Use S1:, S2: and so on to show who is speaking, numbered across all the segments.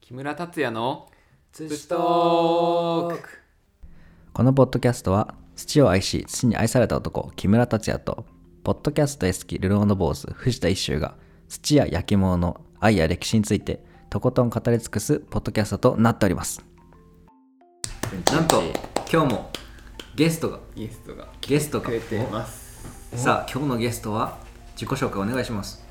S1: 木村達也の
S2: ツ
S1: 寿司トーク
S2: このポッドキャストは土を愛し土に愛された男木村達也とポッドキャスト大好きルローの坊主藤田一周が土や焼き物の愛や歴史についてとことん語り尽くすポッドキャストとなっておりますなんと今日もゲストが
S1: ゲストが
S2: ゲストが
S1: くれてます
S2: さあ今日のゲストは自己紹介お願いします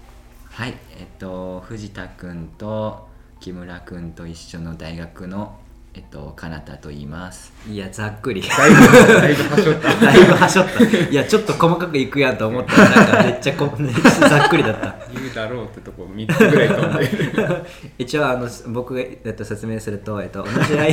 S3: はい、えっと藤田君と木村君と一緒の大学のえっとかなたと言います。
S2: いやざっ くり
S1: だいぶ端折った
S2: だいぶはしょった。いや、ちょっと細かくいくやんと思ったら、なんかめっちゃこざっくりだ った。
S1: 言うだろうってとこ3つぐらい飛ん で
S2: 一応あの僕が、えっと、説明すると、えっと、同じ 愛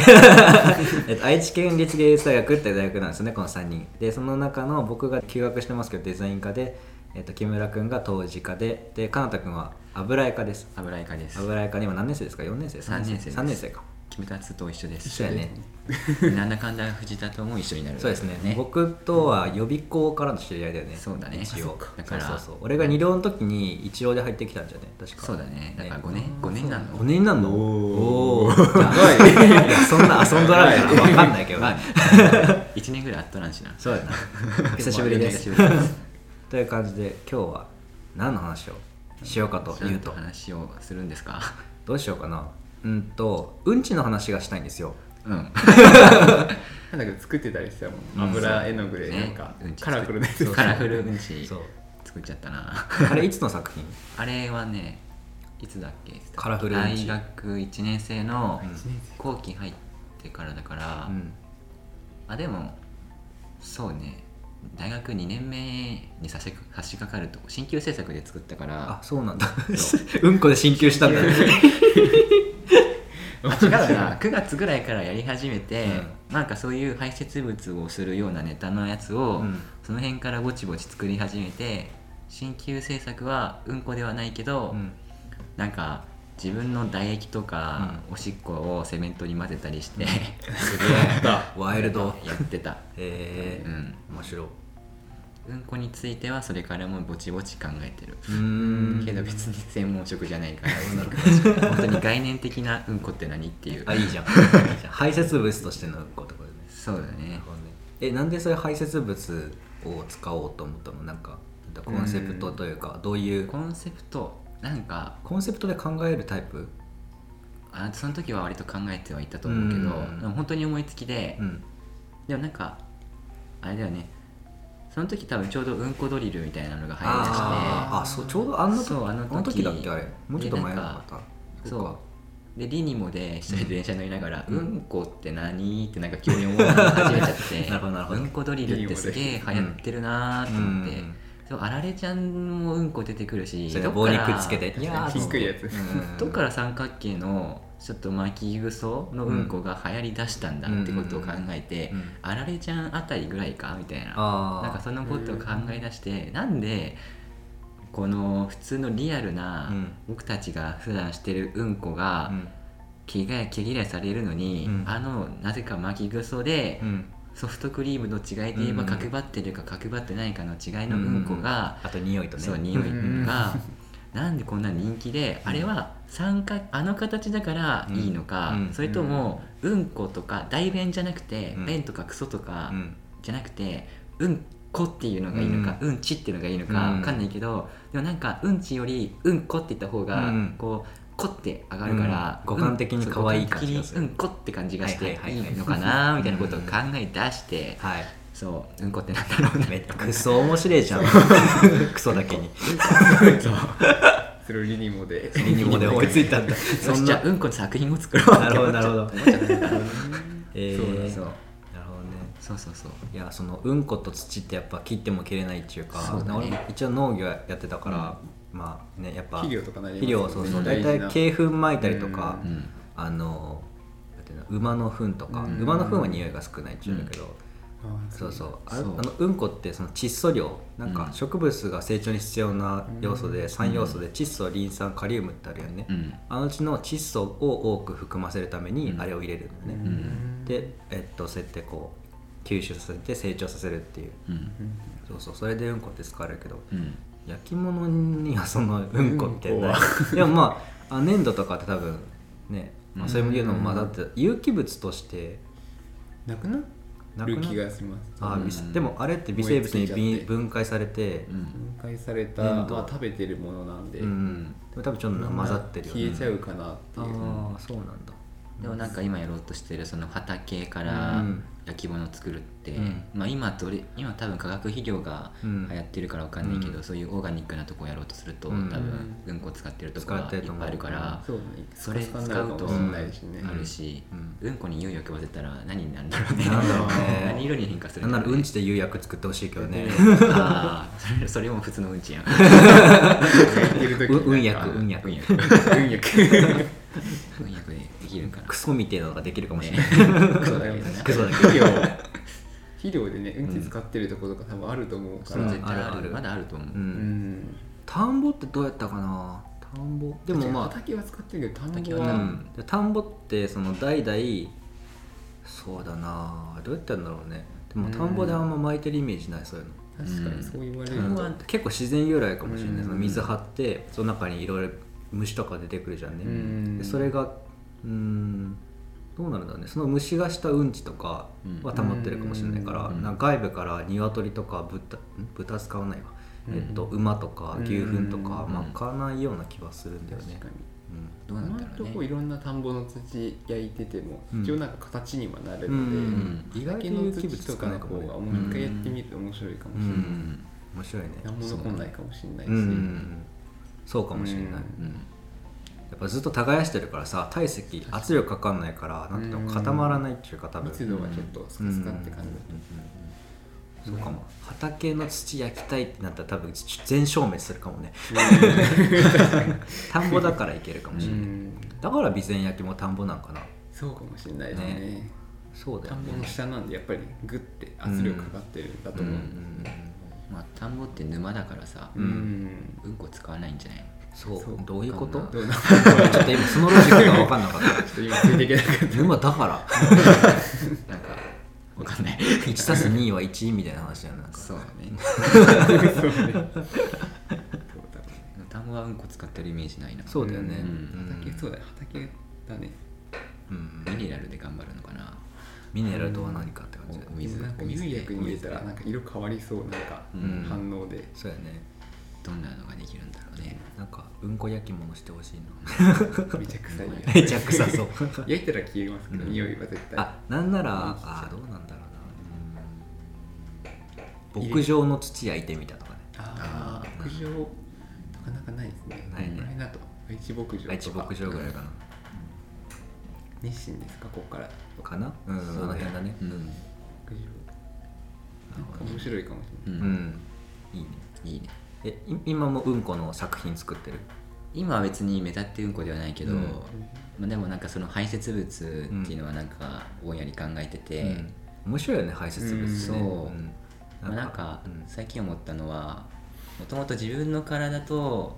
S2: えっと愛知県立芸術大学っていう大学なんですよねこの3人でその中の僕が休学してますけどデザイン科で、えっと、木村君が当時科ででかなた君は油絵科です
S3: 油絵家です。
S2: 油絵科に今何年生ですか4年生
S3: 三年生です
S2: 3年生か
S3: 木村達と一緒です。
S2: 一緒やね。
S3: なんだかんだ藤田とも一緒になる。
S2: そうですね僕とは予備校からの知り合いだよね
S3: そうだね
S2: 一
S3: あそ
S2: 応
S3: っか
S2: だ
S3: だ
S2: か
S3: からら
S2: そうそうそう俺が2両の時に一応で入ってきたんじゃね確か
S3: そうだね。だから五年五年なの。
S2: 5年なんの
S1: おー
S2: ーじゃあいやそんな遊んどられたら分かんないけどね
S3: 一年ぐらいあったらんしな。
S2: そうや な久しぶりです
S3: 久しぶりです
S2: という感じで今日は何の話をしようかと
S3: 何
S2: いう
S3: と
S2: と
S3: 話をするんですか。
S2: どうしようかなうんとうんちの話がしたいんですよ
S3: うん。
S1: なんだけど作ってたりしたもん
S2: うん
S1: 油絵の具でなんか
S3: ねうんち
S1: カラフルなやつ
S3: そうカラフルうんち
S2: そう
S3: 作っちゃったな。
S2: あれいつの作品
S3: あれはね、いつだっけ
S2: カラフルうんち
S3: 大学1年生の
S2: うん
S3: 後期入ってからだから、
S2: うん
S3: あでもそうね大学2年目に差し差し掛かると新旧制作で作ったから
S2: あそうなんだ うんこで進級したんだ
S3: あ違うな9月ぐらいからやり始めて、
S2: う
S3: なんかそういう排泄物をするようなネタのやつを、
S2: うん
S3: その辺からぼちぼち作り始めて新旧制作はうんこではないけど、
S2: うん
S3: なんか自分の唾液とか、おしっこをセメントに混ぜたりして、
S2: すげえワイルド
S3: やってた
S2: へえ
S3: うん
S2: 面白いう
S3: うんこについてはそれからもぼちぼち考えてる
S2: ーん
S3: けど別に専門職じゃないから本当に概念的なうんこって何っていう
S2: あいいじゃんいいじゃん排泄物としてのうんこってことね
S3: そうだ
S2: な
S3: ね
S2: るほどねえなんでそういう排泄物を使おうと思ったのなんかコンセプトというかどういう
S3: コンセプトなんか
S2: コンセプトで考えるタイプ
S3: あその時は割と考えてはいたと思うけど
S2: うん
S3: でも本当に思いつきで、
S2: うん
S3: でもなんかあれだよねその時多分ちょうどうんこドリルみたいなのが流行りだして
S2: あーあそうちょうどあんな時
S3: そうあの時
S2: あの時だっけあれもうちょっと前だった
S3: そ
S2: か
S3: うでリニモで一人で電車乗りながら「うん、こって何?」ってなんか急に思い始めちゃって
S2: なるほどなるほど
S3: うんこドリルってすげえ流行ってるなーと思って、
S2: うん
S3: そうあられちゃんもうんこ出てくるし
S2: それで
S3: どっ
S2: 棒に
S3: から
S2: くっつけて
S3: いやー
S1: ピンクいやつ
S2: うん
S3: どっから三角形のちょっと巻き嘘のうんこが流行りだしたんだってことを考えて、
S2: うんうん
S3: あられちゃんあたりぐらいかみたいな
S2: あー
S3: なんかそのことを考え出して、なんでこの普通のリアルな、
S2: うん
S3: 僕たちが普段してるうんこが、
S2: うん
S3: 毛嫌い毛嫌いされるのに、
S2: うん
S3: あのなぜか巻きぐそで、
S2: うん
S3: ソフトクリームの違いで言えば
S2: うん
S3: 角張ってるか角張ってないかの違いのうんこが、
S2: あと匂いとね
S3: そう匂いが、なんでこんな人気であれは三角あの形だからいいのか、
S2: うんうん
S3: それともうんことか大便じゃなくて、
S2: うん
S3: 便とかクソとか
S2: うん
S3: じゃなくてうんこっていうのがいいのか、うん、ちっていうのがいいのか
S2: うん
S3: わかんないけど、でもなんかうんちよりうんこって言った方が
S2: うん
S3: こう。こって上がるから、
S2: うん五感的に可愛い感じがする
S3: うんそう五感的にうんこって感じがしてい
S2: はいはいはいはい
S3: いのかなみたいなことを考え出して、
S2: はい
S3: そううんこってなんだろうな
S2: めっクソ面白いじゃん クソだけ に
S1: それをリニモで
S2: リニモで追いついた んだそ
S3: そ
S2: ん
S3: んじ
S2: な
S3: ゃあうんこの作品を作ろう
S2: なるほどなるほど
S3: って思っちゃった思っちゃった
S2: え
S3: そう
S2: ーなるほど
S3: だそう
S2: ね
S3: そうそうそう
S2: いやそのうんこと土ってやっぱ切っても切れないっていうか
S3: そうだね
S2: 俺一応農業やってたから、まあねやっぱ
S1: 肥料とかなります
S2: 肥料そうそう
S1: うん
S2: 大
S1: 大事な
S2: 体鶏粉撒いたりとか、
S3: うんうん
S2: あのなんていうの馬の糞とか、
S1: うん
S2: 馬の糞は匂いが少ないっていうんだけど、そうそうあ
S3: そう
S2: あのうんこってその窒素量なんか
S3: うん
S2: 植物が成長に必要な要素で、
S1: うん
S2: 3要素で窒素リン酸カリウムってあるよね、
S3: うん
S2: あのうちの窒素を多く含ませるために
S3: うん
S2: あれを入れるんだよね、
S1: ん
S2: で、えっと、そうやってこう吸収させて成長させるっていう
S3: うん
S2: そうそうそれでうんこって使われるけど
S3: うん
S2: 焼き物にはそのうんこって
S1: うんこ
S2: ない
S1: は
S2: でもまああ粘土とかって多分ね、まあ、それも言うのもまだって有機物として
S1: なくな
S2: なく
S1: る
S2: な
S1: 気がします
S2: あー微
S3: うん
S2: でもあれって微生物に
S1: 燃え尽きちゃって
S2: び分解されて
S3: う、ん
S1: 分解された、
S2: 粘土
S1: まあ、食べてるものなんで、
S2: うん、でも多分ちょっと混ざってるよね
S1: 消えちゃうかなっていう、
S2: ああそうなんだ
S3: でもなんか今やろうとしてるその畑か
S2: う
S3: ら
S2: ん
S3: 焼き物作るって、
S2: うん
S3: まあ、今どれ今多分化学肥料が
S2: う
S3: 流
S2: ん
S3: 行ってるからわかんないけど、
S2: うん
S3: そういうオーガニックなとこやろうとすると、
S2: うん
S3: 多分うんこ使ってるとこ
S2: 使
S3: が
S2: っ
S3: い
S2: て
S3: っ
S2: ると思う
S3: ぱいあるから、
S1: そうね
S3: それ
S1: 使
S3: 使
S1: う
S3: う
S1: と
S3: と
S1: かもしんないしね、
S2: うん
S3: あるし、
S2: う
S3: うんんこに釉薬混ぜたら何になるんだろうね
S2: なんだろうね
S3: 何色に変化する
S2: なんならうんち
S3: ね
S2: で釉薬作ってほしいけどね
S3: ああそれそれも普通のうんちやん
S1: 焼いてる時になんか
S2: ううん薬うん薬
S3: う
S1: 運
S3: ん薬
S1: 薬
S3: うん薬でできるんかな
S2: クソみたいなのができるかもしれない、
S3: そうだよね
S2: クソだけ
S1: 肥料肥料でねうんち使ってるところとか多分あると思うか
S3: そ
S1: ら
S3: れ
S1: う
S3: 絶
S1: ん、
S3: 対ある
S2: あるある
S3: まだあると思う、
S2: うん田んぼってどうやったかな田んぼで
S1: で
S2: も
S1: も
S2: ま
S1: まあ
S2: あ
S1: 畑は使ってるけど田んぼ
S3: 畑
S1: は、
S3: はね
S2: うんで田んぼってその代々そうだなどうやってやるんだろうねでも
S1: うん
S2: 田んぼであんま巻いてるイメージないそういうの
S1: 確かにそう言われる
S3: う
S1: と、
S3: ん
S1: う
S3: 田
S1: ん
S3: んぼ
S2: 結構自然由来かもしれない、
S1: うん
S2: その水張ってその中にいろいろ虫とか出てくるじゃんね、
S1: うん
S2: でそれがうんどうなるんだろうねその虫がしたうんちとかは溜まってるかもしれないから、
S3: うん
S2: なんか外部から鶏とか豚ん豚使わないわ、
S1: うん
S2: えっと、馬とか牛糞とか
S3: うん
S2: まかないような気はするんだよ
S1: 確
S2: ね
S1: か、に
S2: うん
S3: ど
S1: 今
S3: うなんだ
S1: のと
S3: ろう
S1: こ
S3: ね
S1: いろんな田んぼの土焼いてても
S2: うん
S1: 一応なんか形にはなるので、
S2: うん
S1: 意外と有機物とかの方がもう一回やってみると面白いかもしれ
S2: う
S1: ない、
S2: ん面白いね
S1: 何も残んないかもしれないし、
S2: うんうんうんそうかもしれない、
S1: うん
S3: うん
S2: やっぱずっと耕してるからさ体積圧力かかんないからなんていうの
S1: うん
S2: 固まらないっていうか多分
S1: 密度がちょっとスカスカって感じ、
S2: うんそうかも畑の土焼きたいってなったら多分全消滅するかもね田んぼだからいけるかもしれない、
S1: うん
S2: だから備前焼きも田んぼなんかな
S1: そうかもしれないですね
S2: ねそうだ
S1: 田
S2: よ
S1: ん
S2: ね
S1: ぼの下なんでやっぱりグッて圧力かかってるんだと思う、
S3: う
S2: うんん
S3: まあ田んぼって沼だからさ、
S1: うん
S3: うんこ使わないんじゃない
S2: そう
S1: そう
S2: どういうこと
S3: わ
S2: ち
S1: どうなち
S2: ょっと今そのロジックが分かんなかった
S1: ょっと今ついていけなかっ
S2: 沼だから
S3: なんかわかんない
S2: 1たす2は1みたいな話だよねなんか
S3: そう
S1: たそ
S3: だね
S1: うね そうだね
S3: 田んぼはうんこ使ってるイメージないな
S2: そうだよね、
S1: うん
S2: うん
S1: 畑そうだね畑だね
S2: うん
S3: ミネラルで頑張るのかな
S2: ミネラルとは何かって感じだよ
S3: お
S2: ね
S3: 水
S1: なんか水薬に入れたらなんか色変わりそうなんか
S2: うん
S1: 反応で、
S2: そうやね
S3: どんなのができるんだろうね
S2: なんかうんこ焼き物してほしい
S1: めちゃくさいよ
S2: なめちゃくさそう
S1: 焼いたら消えますけど、
S2: うん
S1: 匂いは絶対
S2: あなんならあどうなんだろうなうん牧場の土焼いてみたとかね
S1: あー牧場なかなかないですね
S2: ないね
S1: これだと愛知牧場
S2: 愛知
S1: とか
S2: 牧場ぐらいかな
S1: 日清ですかここから
S2: かなうん
S1: そう
S2: そ
S1: ね
S2: の辺だね
S3: うん、
S1: 牧場なんか面白いかもし
S3: う
S1: れない、
S2: うんんいいね
S3: いいね
S2: えい今もうんこの作品作ってる
S3: 今は別に目立ってうんこではないけど、
S2: うん
S3: まあ、でもなんかその排泄物っていうのはなんかぼんやり考えてて、
S2: うん面白いよね排泄物ね
S1: うん
S3: そうんまあ、なんか
S2: うん
S3: 最近思ったのはもともと自分の体と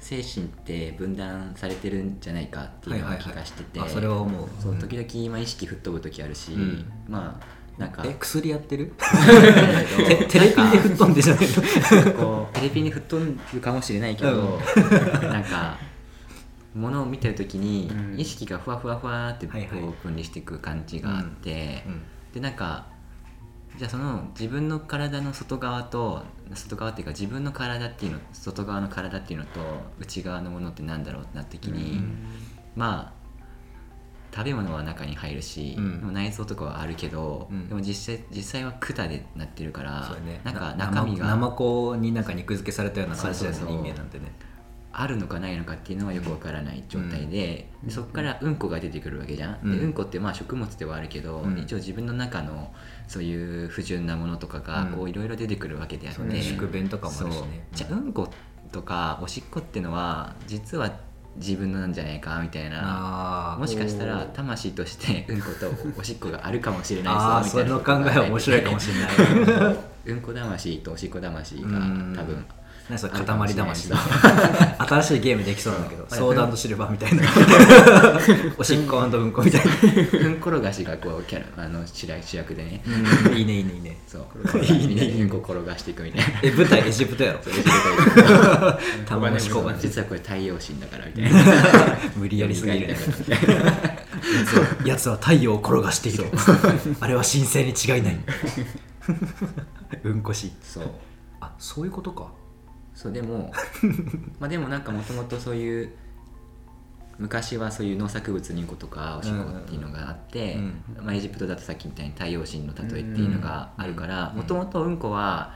S3: 精神って分断されてるんじゃないかっていうのは気がしてて、
S2: あそれは思う
S3: そう
S2: うん
S3: 時々今意識吹っ飛ぶ時あるし、
S2: うん
S3: まあなんか
S2: え薬やって る
S3: なん
S2: テ
S3: か
S2: テレビで吹っ飛んでじゃ ないの
S3: こうテレビに吹っ飛んでるかもしれないけど、 なんか物を見てる時に
S1: うん
S3: 意識がふわふわふわって
S2: は
S3: こ
S2: いはいう
S3: 分離していく感じがあって。でなんかじゃあその自分の体の外側と外側っていうか自分の体っていうの外側の体っていうのと内側のものってなんだろうってなった時に、まあ食べ物は中に入るし、
S2: うん
S3: でも内臓とかはあるけど、
S2: うん
S3: でも実際実際は管でなってるから
S2: そうやね
S3: なんか
S2: な
S3: 中身
S2: 生
S3: が
S2: 生子になんか肉付けされたような感じだよね
S3: そうそうそう
S2: 人間なんてね
S3: あるのかないのかっていうのはよくわからない状態で,、
S1: うん
S3: でそこからうんこが出てくるわけじゃん、
S2: うん
S3: でうんこってまあ食物ではあるけど、
S2: うん
S3: 一応自分の中のそういう不純なものとかが
S2: うん
S3: こういろいろ出てくるわけであって、
S2: そうね宿便とかもあ
S3: そう
S2: るしね
S3: じゃあうんことかおしっこってのは実は自分のなんじゃないかみたいな
S2: あ
S3: もしかした
S1: お
S3: ら
S1: ー
S3: 魂としてうんことおしっこがあるかもしれない
S2: ああー
S3: ぞ
S2: そ
S3: みたいな
S2: の考えは面白いかもしれない
S3: うんこ魂とおしっこ魂
S2: う
S3: が
S2: ん
S3: 多分
S2: 何それ
S3: あるかも
S2: 塊
S3: しれない
S2: 魂
S3: し
S2: 新しいゲームできそうなんだけど
S3: ん
S2: ソードシルバーみた いなおしっこうんこみたい
S3: うんこ転がしがこうキャラあの主役主役でね
S2: なうんいいねいいねいいね
S3: そう
S2: いいね
S3: みんなでうんこ転がしていくみたいな
S2: え舞台エジプトやろ玉虫小
S1: う
S2: 判
S1: ん
S3: 実はこれ太陽神だからみたいな
S2: 無理やりすぎるね
S3: み
S2: やつは太陽を転がしているあれは神聖に違いないうんこし
S3: そう
S2: あそういうことか
S3: そうでもまあでもなんかもともとそういう昔はそういう農作物にんことかおしっこっていうのがあって、
S2: うん
S3: まあ、エジプトだとさっきみたいに太陽神の例えっていうのがあるからもともとうんこは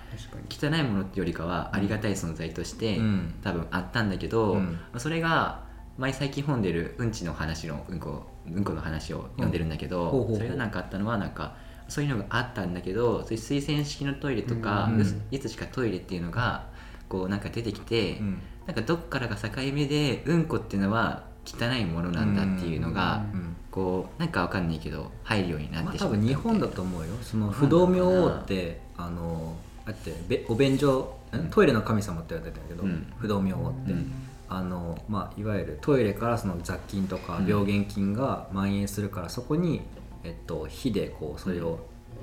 S1: 確かに
S3: 汚いものってよりかはありがたい存在として、
S2: うん
S3: 多分あったんだけど、
S2: うん
S3: それが前最近本出るうんちの話のうんこうんこの話を読んでるんだけど、
S2: うんほうほうほう
S3: それがなんかあったのはなんかそういうのがあったんだけどそういう水洗式のトイレとか、
S2: うんうん
S3: いつしかトイレっていうのがこうなんか出てきて、
S2: うん
S3: なんかどっからが境目でうんこっていうのは汚いものなんだっていうのが、
S1: うん
S2: うん
S3: こうなんかわかんないけど入るようにな
S2: ま
S3: っ
S2: あ
S3: てし
S2: 多
S3: まった
S2: 分
S3: みた
S2: 日
S3: いな
S2: 本だと思うよその不動明王ってあのあってべお便所んトイレの神様って言われてたけど、
S3: うん
S2: 不動明王って、
S3: うん
S2: あのまあ、いわゆるトイレからその雑菌とか
S3: うん
S2: 病原菌が蔓延するから、そこに、えっと、火でこうそれを、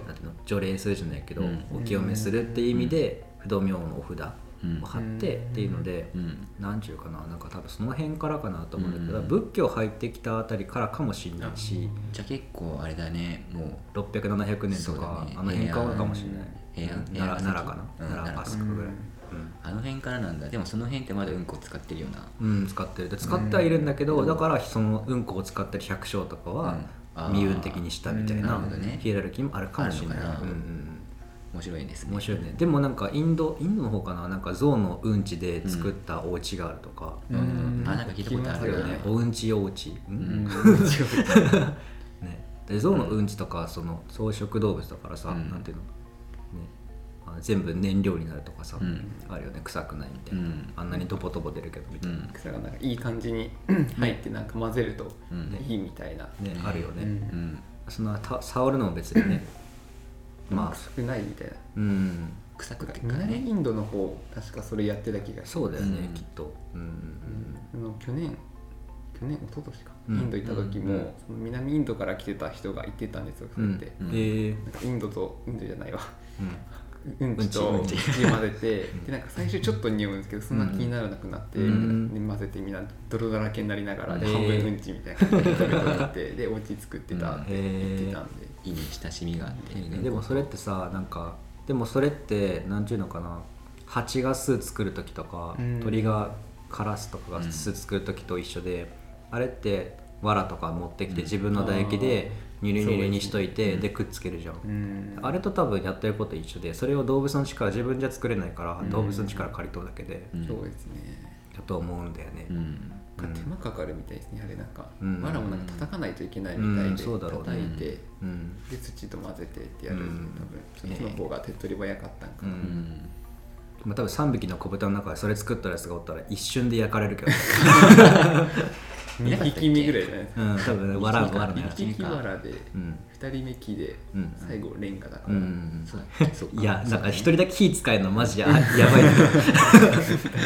S2: なんていうの除霊するじゃないけど、
S3: うん
S2: お清めするっていう意味で、不動明王のお札を貼って、
S1: うん
S2: っていうので。
S3: うん
S2: なんちゅうかななんか多分その辺からかなと思うんだけど、
S3: うん
S2: 仏教入ってきたあたりからかもしれないし、
S3: じゃあ結構あれだねもう
S2: 600700年と
S3: そう
S2: か、
S3: だね
S2: あの辺からかもしれ
S3: 平
S2: ない
S3: 安
S2: 奈良
S3: 平安
S2: 奈良かな、
S3: うん
S2: 奈良
S3: 奈
S2: 飛
S3: 良
S2: 鳥ぐらい
S3: あの辺からなんだでもその辺ってまだうんこ使ってるよな
S2: うん、うん使ってるで使ってはいるんだけど、
S3: うん
S2: だからそのうんこを使ったり百姓とか
S3: う
S2: は
S3: んあー
S2: 身運的にしたみたいな
S3: うんなるほどね
S2: ヒエラルキーもあるかもしれない
S3: あるのか
S2: うん
S3: な
S2: うん
S3: 面白いです
S2: うん
S3: ね
S2: 面白いねでもなんかインドインドの方かななんか象のうんちで作ったお家があるとか、
S3: うんうんあなんか聞いたことあるよ
S1: 聞き
S3: ね
S1: ま
S2: おうんちおうち、う
S3: うんん
S2: ね、で象のうんちとかその草食動物だからさ、
S3: うん
S2: なんていうの、ね、あ全部燃料になるとかさ、
S3: うん
S2: あるよね臭くないみた
S3: う
S2: いな、
S3: ん
S2: あんなにドボドボ出るけどみ
S3: う
S2: たいな、
S3: ん
S1: 草がなんかいい感じに入ってなんか混ぜると
S3: うん
S1: いいみたいな、
S2: ねあるよね、
S1: うん
S3: うん
S2: そんなた触るのも別にね
S1: ま
S2: ま
S1: あ
S2: あ
S1: 臭くないみたいな
S2: うん
S3: 臭くないから
S1: 南
S3: ね
S1: インドの方確かそれやってた気が
S2: そうだよね、
S3: うん
S2: きっとうん
S1: あの去年去年一昨年か、
S2: うん
S1: インド行った時も、
S2: うん
S1: その南インドから来てた人が行ってたんですよ
S2: う
S1: それっ
S2: んうん
S1: て、
S3: うん
S2: えー
S1: なんかインドとインドじゃないわ
S2: うん
S1: うんちと
S2: うん
S1: 血
S2: ち
S1: 混ぜてでなんか最初ちょっと匂うんですけどそんな気にならなくなって、
S2: うん
S1: で混ぜてみんな泥だらけになりながら、で
S2: へー
S1: 半分うんちみたいな感じで食べとってでお家作ってたって言ってたんで、
S3: いいね親しみがあって
S2: ねでもそれってさなんかでもそれって何ていうのかな蜂が巣作る時とか、
S1: うん
S2: 鳥がカラスとか
S3: う
S2: が
S3: ん
S2: 巣作る時と一緒で、あれって藁とか持ってきて
S3: うん
S2: 自分の唾液でニュルニュルにしといて、でくっつけるじゃん、
S1: うん
S2: あれと多分やってること一緒でそれを動物の力自分じゃ作れないから、
S1: うん
S2: 動物の力借りとるだけで、
S3: うん
S1: そうですね
S2: だと思うんだよね、
S3: うん
S1: なんか手間かかるみたいですねあれなんか、
S2: うん
S1: わらもなんか叩かないといけないみたいで、
S2: うんそうだろうね
S1: 叩いて、
S2: うん
S1: で土と混ぜてってやる、
S2: うん
S1: 多分その方が手っ取り早かったんか
S2: う
S1: な、
S3: うんん
S2: まあ、多分3匹の小豚の中でそれ作ったやつがおったら一瞬で焼かれるけど、
S1: 2匹目ぐらいじゃないですか
S2: うん、多分ね藁
S3: 一匹か
S2: 藁のやつ
S1: 1匹わらで
S2: うん
S1: 2人目木で
S2: うん
S1: 最後レンガだか
S2: う
S1: ら、
S2: ん
S3: そうだっけそう
S2: いやな
S3: そうんだ
S2: か
S3: ね
S2: 一人だけ火使えるのマ ジややばいね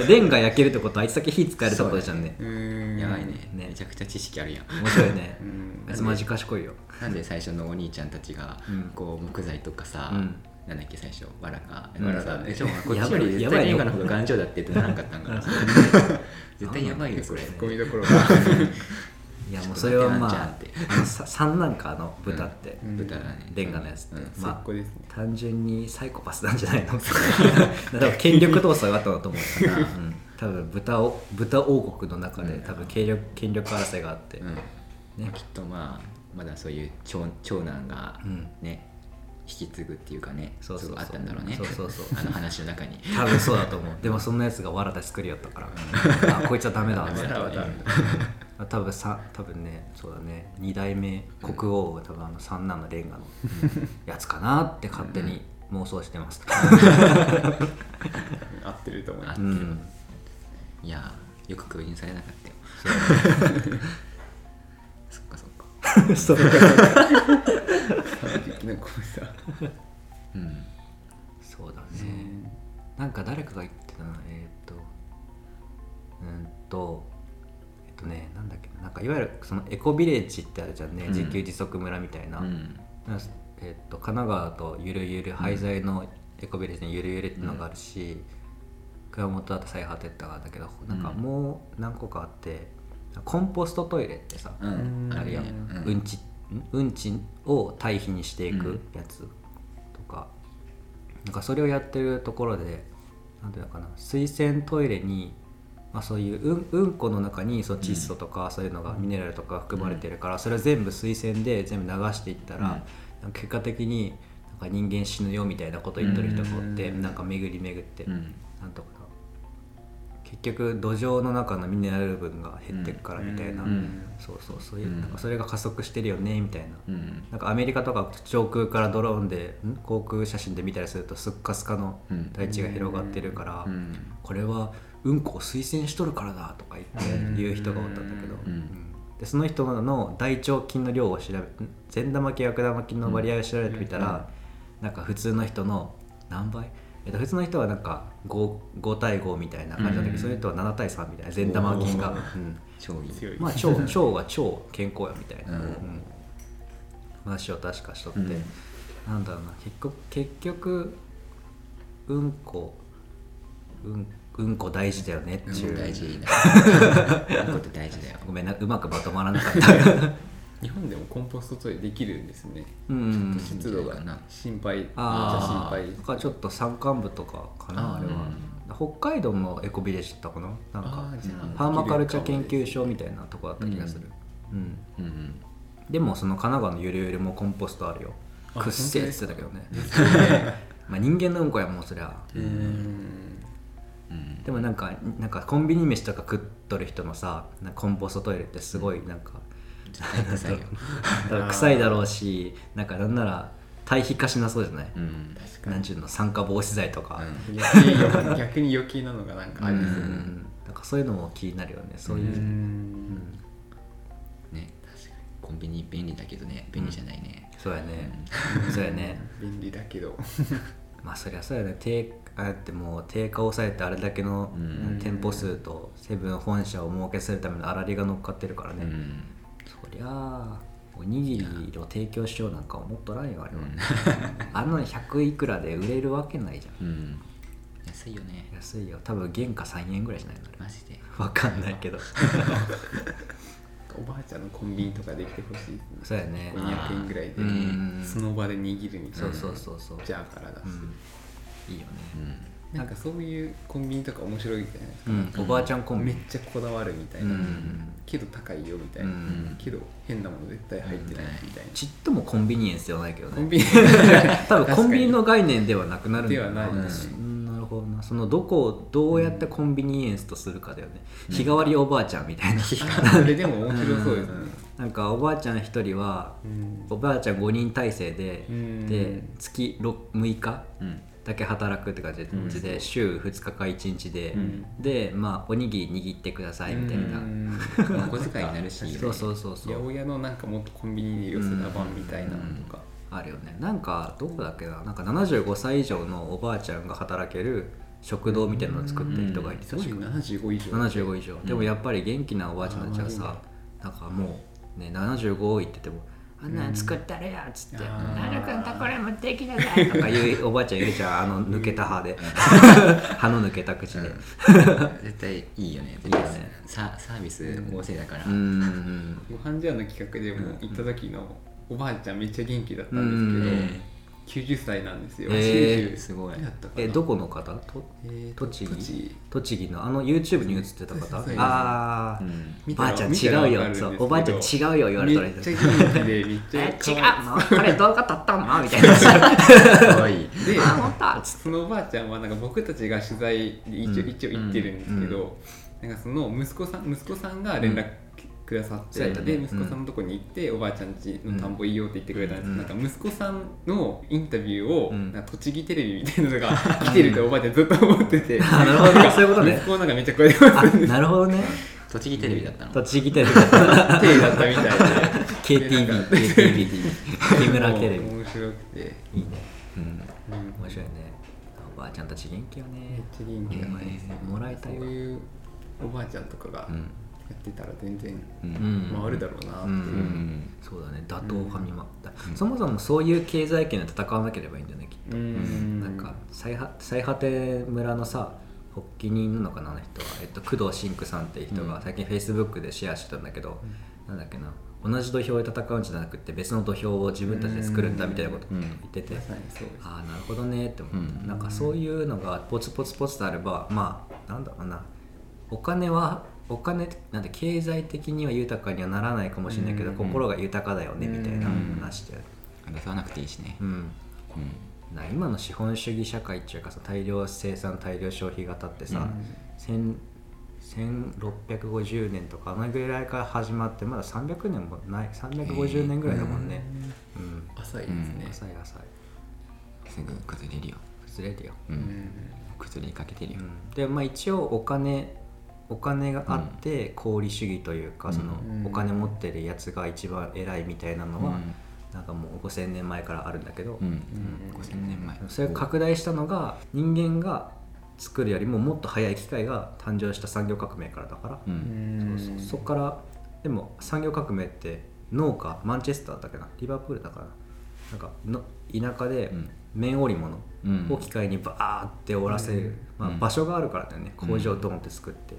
S2: レンガ焼けるってことはあいつだけ火使えるってことじゃんね
S1: うーん
S3: やばい
S2: ね
S3: ねめちゃくちゃ知識あるやん
S2: 面白いね
S1: うん
S2: あいつマジ賢いよ
S3: なんで最初のお兄ちゃんたちが
S2: うん
S3: こう木材とかさ、
S2: うん
S3: なんだっけ最初わらが
S2: うん
S3: わらが
S1: うん
S3: でしょこっ
S2: や
S3: ち
S2: ば
S3: よ
S2: い
S3: り絶
S2: やばい
S3: 対
S2: よ
S3: 映画の方が頑丈だってってならんかったんか な絶対やばいよこれ
S1: ツッコミどころが
S2: いやもうそれはま
S3: ちょ
S2: あ
S3: っと待って
S2: あのさ三男かあの豚って、
S1: うん
S3: 豚だね
S2: レンガのやつって、
S3: うん
S1: 末
S2: ま
S1: っ
S2: あ
S1: 子ですね
S2: 単純にサイコパスなんじゃないの だから権力闘争があったんだと思うから、うん多分豚を豚王国の中で多分権力権力争いがあって、
S3: うんまあきっとまあまだそういう長長男が
S2: うん
S3: ね、引き継ぐっていうかね
S2: そうそうそう
S3: すごいあったんだろうね
S2: そうそうそう
S3: あの話の中に
S2: 多分そうだと思うでもそんなやつがわらで作りよったからあこいつはダメだわみたいな
S1: わらはダメ
S2: 多分さ多分ねそうだね2代目国王が多分あの三男のレンガのやつかなって勝手に妄想してます
S1: 合ってると思いま
S3: う
S1: す
S2: うんん
S3: いやよく確認されなかったよそっかそっか
S2: そう
S1: 3匹の子さ
S3: うん
S2: そうだねなんか誰かが言ってたなえーっ、とうーんとえっとねなんだっけななんかいわゆるそのエコビレッジってあるじゃんね、
S3: うん
S2: 自給自足村みたいな、
S3: うん
S2: なんかえっと神奈川とゆるゆる廃材のエコビレッジのゆるゆるってのがあるし、熊本だと最果てってのがあったけどなんかもう何個かあってコンポストトイレってさ、
S3: うん
S2: あるやん、
S3: う
S2: うんんちんうんちを堆肥にしていくやつとか、なんかそれをやってるところでなんていうのかな水洗トイレに、まあ、そういううんうんこの中にその窒素とかそういうのがミネラルとか含まれてるから、それを全部水洗で全部流していったら、
S3: うん
S2: なんか結果的になんか人間死ぬよみたいなこと言ってる人がおって、
S3: うん
S2: なんか巡り巡って、
S3: うん
S2: なんとかな結局土壌の中のミネラル分が減ってくからみたいな、
S3: うん
S2: そうそうそういう、
S3: うん
S2: なんかそれが加速してるよねみたいな、
S3: うん
S2: なんかアメリカとか上空からドローンでん航空写真で見たりするとすっかすかの
S3: うん
S2: 大地が広がってるから、
S3: うん
S2: これはうんこを推薦しとるからだとか
S1: う
S2: 言っ
S1: ん
S2: て言う人がおったんだけど、
S3: うん
S2: でその人の大腸菌の量を調べ善玉菌悪玉菌の割合を調べてみたら、なんか普通の人の何倍えっと、普通の人はなんか 5, 5対5みたいな感じだったけど、
S3: うん
S2: そういう人は7対3みたいな善玉菌が、うん
S3: 超いい
S1: 強い
S2: まあ腸腸は超健康やみたいな、
S3: う
S2: う
S3: ん
S2: ん話を確かしとって、
S3: うん
S2: なんだろうな結局結局うんこうんうんこ大事だよねっていう、
S3: 超大 事だうんこと大事だよ
S2: ごめんなうまくまとまらなかったうん
S1: 日本でもコンポストトイレできるんですね
S2: うん
S1: 湿度が
S3: うん
S1: 心配めっちゃ
S2: あ
S1: 心
S2: あちょっと山間部とかかなあ
S3: あー
S2: れは、北海道のエコビレッジだったかななんか
S1: あーじゃあ
S2: パーマカルチャー研究所みたいなとこだった気がする、うん
S3: うんうん
S2: でもその神奈川のゆるゆるもコンポストあるよ
S1: あ
S2: くっせえっつってたけどね
S1: 配
S2: まあ人間のうんこやもうそりゃ
S1: うん
S3: うん
S2: でもなんかなんかコンビニ飯とか食っとる人のさなんかコンポストトイレってすごいなんか、
S3: 絶対臭 いよ
S2: だから臭いだろうしなんかなんなら堆肥化しなそうじゃない、
S3: うん
S1: 確か
S2: なんちゅうの酸化防止剤とか、
S1: に逆に余逆に余計なのがなんかあ
S2: う
S1: り
S2: ん
S1: そう
S2: なんかそういうのも気になるよねそういう、
S1: うん
S3: ねコンビニ便利だけどね便利じゃないね
S2: そうやねそうやね
S1: 便利だけど
S2: まあそりゃそうやね低ああやってもう定価を抑えてあれだけの
S3: うん
S2: 店舗数とセブン本社を儲けするためのあらりが乗っかってるから
S3: う
S2: ね、
S3: ん
S2: そりゃあおにぎりを提供しようなんか思っとらんよあれは、
S3: うん
S2: あんなの100いくらで売れるわけないじゃん
S3: うん安いよね
S2: 安いよ多分原価3円ぐらいじゃないのあれ
S3: マジで
S2: わかんないけ ど
S1: おばあちゃんのコンビニとかできてほしいですね
S2: そうやね
S1: 500円ぐらいで
S2: うん
S1: その場で握るみたい
S2: そ
S1: な
S2: うそうそうそう
S1: ジャーから出
S2: う
S1: す
S2: ん、いいよね、
S3: うん
S1: なんかそういうコンビニとか面白いじゃないですか
S2: うんおばあちゃんコンビ
S1: めっちゃこだわるみたいな、
S2: うん
S1: けど高いよみたいな、
S2: うん
S1: けど変なもの絶対入ってないみたいな、
S2: ちっともコンビニエンスではないけど
S1: コン
S2: ね
S1: ビニ
S2: 多分コンビニの概念ではなくなるんだよ
S1: ではない
S2: うんうんなるほどなそのどこをどうやってコンビニエンスとするかだよね、日替わりおばあちゃんみたいな
S1: それでも面白そうですね、
S2: なんかおばあちゃん一人は
S1: うん
S2: おばあちゃん5人体制で、
S1: うん
S2: で月 6, 6日
S3: うん
S2: だけ働くって感じで、週2日か1日で、
S1: ん
S2: でまあおにぎり握ってくださいみたいな、
S1: うん
S3: お小遣いになるし
S2: そうそうそうそ
S1: 八
S2: う
S1: 百屋のなんかもっとコンビニで寄せた版みたいなのとか、
S2: あるよねなんかどこだっけななんか75歳以上のおばあちゃんが働ける食堂みたいなのを作ってる人がいて、
S1: すごい75以上
S2: 75以上、でもやっぱり元気なおばあちゃんたちはさ、なんかもうね75いってても「あんなん作ったるや」っつって「
S1: あー
S2: なるくんとこれ持ってきなさい」とか言うおばあちゃんいるじゃんあの抜けた歯で 歯の抜けた口で
S3: 絶対いいよね
S2: よね
S3: ササービス旺盛だから
S2: うーん
S1: ご飯ジャーの企画でも行った時のおばあちゃんめっちゃ元気だったんですけど、
S2: うん
S1: 90歳なんですよ、
S2: えー
S1: 90
S3: すごい
S1: だったかな
S2: えどこの方と
S1: えーと
S2: 栃木
S1: 栃木
S2: 栃木のあの YouTube に映ってた方
S1: そうそう
S2: ああ、
S3: うん
S2: お
S1: 見た
S2: ばあ
S1: ら
S2: ちゃん違う
S1: 見たらわかるん
S2: よ
S1: です
S2: そ
S1: け
S2: う
S1: ど
S2: おばあちゃん違うよ言われたら
S1: めっちゃ元気でめっ ちゃ
S2: え違
S1: 可愛
S2: うのこれ動画撮ったのみたい なさ
S3: かわいい
S1: いで
S2: あ本当っつって
S1: そのおばあちゃんはなんか僕たちが取材で一応,、
S2: うん
S1: 一応行ってるんですけど、なんかその息子さん息子さんが連絡くださって、
S2: そうやったね
S1: で
S2: うん
S1: 息子さんのとこに行って、おばあちゃん家の田んぼいいよって言ってくれたんです、
S2: うん
S1: なんか息子さんのインタビューを、
S2: うん
S1: なんか栃木テレビみたいなのが来てるっておばあちゃんずっと思ってて
S2: あなるほど
S1: なんか
S2: そういうことね
S1: 息子なんかめっちゃ声出ま
S2: あ
S1: す
S2: なるほどね
S3: 栃木テレビだったの
S2: 栃木テレビ
S1: テレビだったみたいで
S2: KTV、KTV、木村テレビ。
S1: 面白くて
S2: いいね。
S3: うん
S2: 面白いね。おばあばあちゃんたち元気よ
S1: めっ
S2: ね
S1: ちゃ元気だね
S2: うんもらいたいわ
S1: そういうおばあちゃんとかがやってたら全然
S3: うんう
S2: うんん
S1: 回るだろうなっていう
S3: うん
S1: う、
S3: ん
S2: そうだね打倒ファミマ、だそもそもそういう経済圏で戦わなければいいんじゃないきっと
S1: うん
S2: なんか最果最果て村のさ発起人なのかなあの人は、えっと、工藤真久さんっていう人
S3: う
S2: が
S3: ん
S2: 最近フェイスブックでシェアしてたんだけど、なんだっけな同じ土俵で戦うんじゃなくて別の土俵を自分たちで作るんだみたいなこと
S3: うん
S2: 言ってて、
S1: まさにそうです
S2: ああなるほどねって思って、
S3: うん
S2: なんかそういうのがポツポツポツとあればまあなんだろうなお金はお金なんて経済的には豊かにはならないかもしれないけど、
S1: うん
S2: 心が豊かだよねみたいな話で、
S3: 出さなくていいしね
S2: うん、
S3: うん
S2: な今の資本主義社会っていうかさ大量生産大量消費型ってさ、千1650年とかあのぐらいから始まってまだ300年もない350年ぐらいだもんね、うん
S1: 浅いですね、
S2: 浅い浅い
S3: すぐ崩れるよ
S2: 崩れるよ、
S3: う
S1: うんん
S3: 崩れかけてる
S2: う
S3: よ
S2: ん、でまあ一応お金お金があって功利主義というか、
S3: うん
S2: その
S1: うん
S2: お金持ってるやつが一番偉いみたいなのは、
S3: うん
S2: なんかもう5,000年前からあるんだけど、
S3: うん
S1: ん
S3: 5000年前
S2: それを拡大したのが人間が作るよりももっと早い機械が誕生した産業革命からだから、
S3: う
S1: うんん
S2: そうそうそこからでも産業革命って農家マンチェスターだっけなリバプールだからなんかの田舎で
S3: うん
S2: 綿織物
S3: うん
S2: を機械にバーって織らせる、まあ
S3: うん、
S2: 場所があるからだよね
S3: うん
S2: 工場をドンって作って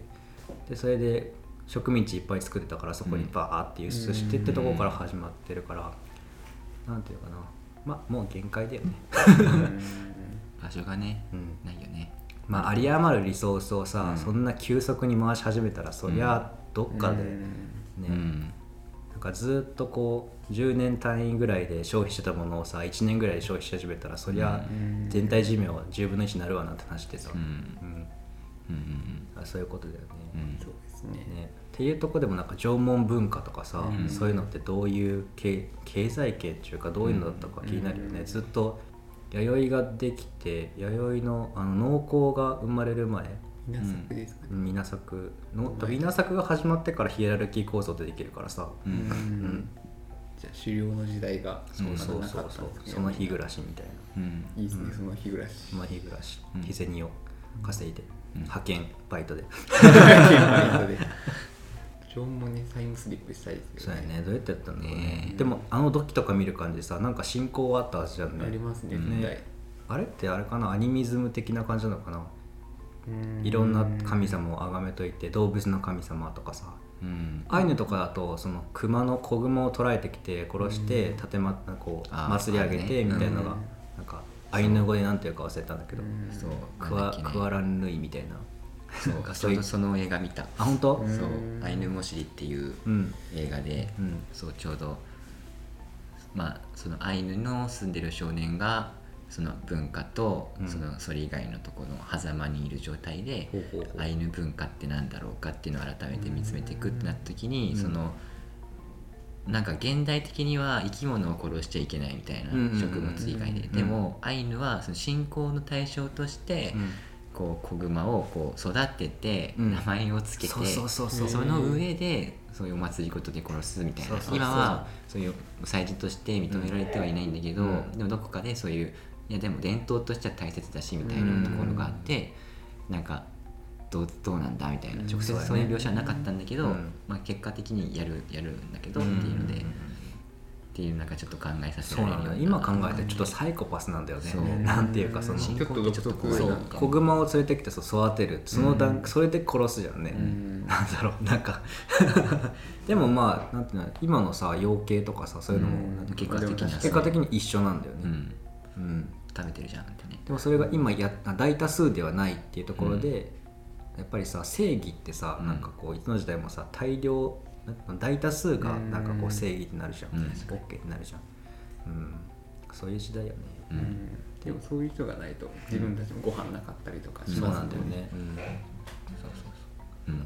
S2: でそれで植民地いっぱい作ってたからそこにバーって輸出してってところから始まってるからなんていうかなまあもう限界だよね。
S3: 場所がね
S2: うん
S3: ないよね
S2: まあ、有り余るリソースをさ、
S3: うん
S2: そんな急速に回し始めたらそりゃどっかで、
S1: う
S2: ね
S1: ん
S3: うん
S2: なんかずっとこう10年単位ぐらいで消費してたものをさ1年ぐらいで消費し始めたらそりゃ
S1: うん
S2: 全体寿命は10分の1になるわなって話でさ、
S3: うん
S2: うん
S3: うんうん
S2: あそういうことだよね,、
S3: うん
S1: そうですね
S2: ねっていうとこでもなんか縄文文化とかさ、
S3: うん
S2: そういうのってどういう経経済系っていうかどういうのだったか気になるよね、
S1: うん
S2: ずっと弥生ができて弥生のあの農耕が生まれる前
S1: 稲作ですかね、
S2: 稲作の稲作が始まってからヒエラルキー構造でできるからさ、
S3: うんうん
S1: うんじゃあ狩猟の時代が
S2: そうそう
S1: まだ
S2: そ
S1: な
S2: う
S1: かった
S2: そ
S1: ん
S2: う
S1: ですね
S2: その日暮らしみたいない
S1: いですねその日暮らし
S2: その日暮らし
S3: うん
S2: 日銭を稼いで、
S3: うん
S2: 派遣バイトで、
S1: 縄文にタイムスリップしたいです
S2: そう
S1: よ
S2: や
S1: ね
S2: ねどうやってやったんだろうね
S3: ねえ
S2: でもあの土器とか見る感じさなんか信仰はあったはずじゃん
S1: あり
S2: ね
S1: ますね
S3: うん
S1: 絶対
S2: あれってあれかなアニミズム的な感じなのかな
S1: う
S2: いろんな神様を崇めといて動物の神様とかさ
S3: うん
S2: アイヌとかだとその熊の子熊を捕らえてきて殺して立てまこう
S3: あー
S2: 祭り上げてみたいなの
S1: う
S2: が
S1: ん
S2: なんかアイヌ語でなんていうか忘れたんだけど
S1: うん
S3: そう
S2: ク
S3: なん
S2: ワ
S3: だっけね
S2: クワランヌイみたいな
S3: そうちょうどその映画見た
S2: あ本当
S1: ん
S3: そう「アイヌモシリ」っていう
S2: うん
S3: 映画で
S2: うん
S3: そうちょうどまあそのアイヌの住んでる少年がその文化と
S2: うん
S3: そのそれ以外のところの狭間にいる状態で
S2: ほうほうほう
S3: アイヌ文化ってなんだろうかっていうのを改めて見つめていくってなった時
S2: う
S3: に
S2: ん
S3: そのなんか現代的には生き物を殺しちゃいけないみたいな
S2: うんうんうんうん
S3: 植物以外ででもアイヌはその信仰の対象として
S2: うん
S3: こう子熊をこう育てて
S2: うん
S3: 名前を付け
S2: そ
S3: て、
S2: うそうそうそう
S3: その上でそういうお祭りごとで殺すみたいな
S2: そうそうそう
S3: 今はそういう祭事として認められてはいないんだけど、
S2: うん
S3: でもどこかでそういういやでも伝統としては大切だしみたいなところがあって、なんかどうどうなんだみたいな
S1: うん
S2: そ
S3: 直
S2: う
S3: 接
S2: だね
S3: そういう描写はなかったんだけど、
S2: うん
S3: まあ、結果的にやるやるんだけどっていうので、っていうなんかちょっと考えさせ
S2: そ
S3: ら
S2: う
S3: れ
S2: な
S3: る
S2: ん
S3: よ
S2: だ
S3: う
S2: よ
S3: な
S2: 今考えたらちょっとサイコパスなんだよ
S3: そう
S2: ねなんていうかその
S1: ちょっと独特
S2: そ
S3: そうう
S1: な
S2: 子熊を連れてきてそう育てるその段それで殺すじゃんね、
S1: うん
S2: なんだろうなんか でもまあなんていうの今のさ養鶏とかさそういうのも、
S1: うん
S2: なんていう
S3: 結果的には
S2: 結果的に一緒なんだよね、
S3: うん、
S2: うん
S3: 食べてるじゃんってね。
S2: でもそれが今や大多数ではないっていうところで、やっぱりさ正義ってさ、
S3: うん
S2: なんかこういつの時代もさ大量なん大多数がなんかこう正義ってなるじゃん、
S3: うん
S2: OK ってなるじゃん、うん、そういう時代よね、
S3: う
S1: うんんでもそういう人がないと自分たちもご飯なかったりとかし
S2: そう
S1: ます
S2: な
S1: も
S2: んだよ
S1: んね
S2: ね、うん
S3: うん
S2: ね